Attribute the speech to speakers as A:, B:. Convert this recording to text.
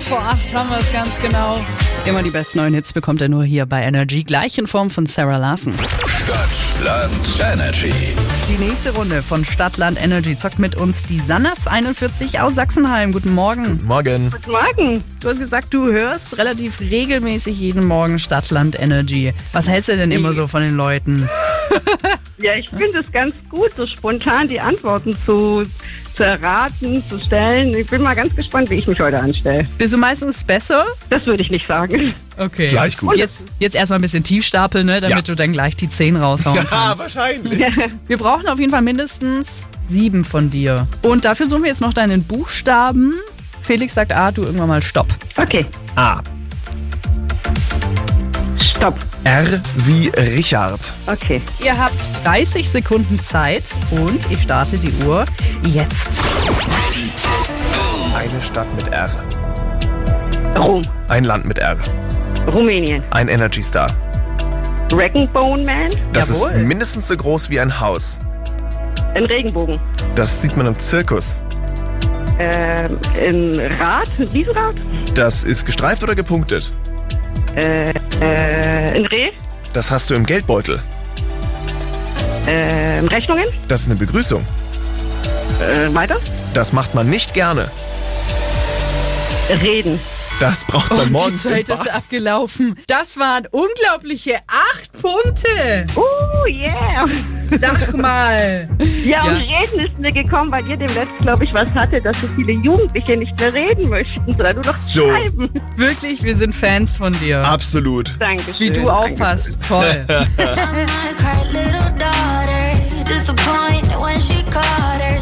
A: vor acht haben wir es ganz genau.
B: Immer die besten neuen Hits bekommt er nur hier bei Energy, gleich in Form von Sarah Larsen.
C: Stadtland Energy.
B: Die nächste Runde von Stadtland Energy zockt mit uns die Sannas 41 aus Sachsenheim. Guten Morgen.
D: Morgen.
E: Guten Morgen.
B: Du hast gesagt, du hörst relativ regelmäßig jeden Morgen Stadtland Energy. Was hältst du denn immer so von den Leuten?
E: Ja, ich finde es ganz gut, so spontan die Antworten zu, zu erraten, zu stellen. Ich bin mal ganz gespannt, wie ich mich heute anstelle.
B: Bist du meistens besser?
E: Das würde ich nicht sagen.
B: Okay.
D: Gleich gut.
B: Jetzt, jetzt erstmal ein bisschen tief stapeln, ne, damit
D: Ja.
B: du dann gleich die 10 raushauen
D: Ja,
B: kannst.
D: wahrscheinlich.
B: Wir brauchen auf jeden Fall mindestens sieben von dir. Und dafür suchen wir jetzt noch deinen Buchstaben. Felix sagt A, du irgendwann mal Stopp.
E: Okay,
D: A.
E: stopp.
D: R wie Richard.
E: Okay.
B: Ihr habt 30 Sekunden Zeit und ich starte die Uhr jetzt.
D: Eine Stadt mit R.
E: Rom.
D: Ein Land mit R.
E: Rumänien.
D: Ein Energy Star.
E: Raggenbone Man.
D: Das
B: Jawohl.
D: ist mindestens so groß wie ein Haus.
E: Im Regenbogen.
D: Das sieht man im Zirkus.
E: Ähm, Im Rad. Wiesenrad.
D: Das ist gestreift oder gepunktet.
E: Äh, äh, in Reh.
D: Das hast du im Geldbeutel.
E: Ähm, Rechnungen.
D: Das ist eine Begrüßung.
E: Äh, weiter.
D: Das macht man nicht gerne.
E: Reden.
D: Das braucht man
B: Oh, die
D: morgens. im
B: Zeit ist
D: Bad.
B: abgelaufen. Das waren unglaubliche acht Punkte.
E: Oh, yeah.
B: Sag mal.
E: Ja, und
B: Ja.
E: Reden ist mir gekommen, weil ihr dem letzten, glaube ich, was hattet, dass so viele Jugendliche nicht mehr reden möchten, sondern nur noch
D: So.
E: schreiben.
B: Wirklich, wir sind Fans von dir.
D: Absolut.
E: Dankeschön.
B: Wie du
E: Danke.
B: aufpasst. Toll.
F: My cried little daughter, disappointed when she caught her.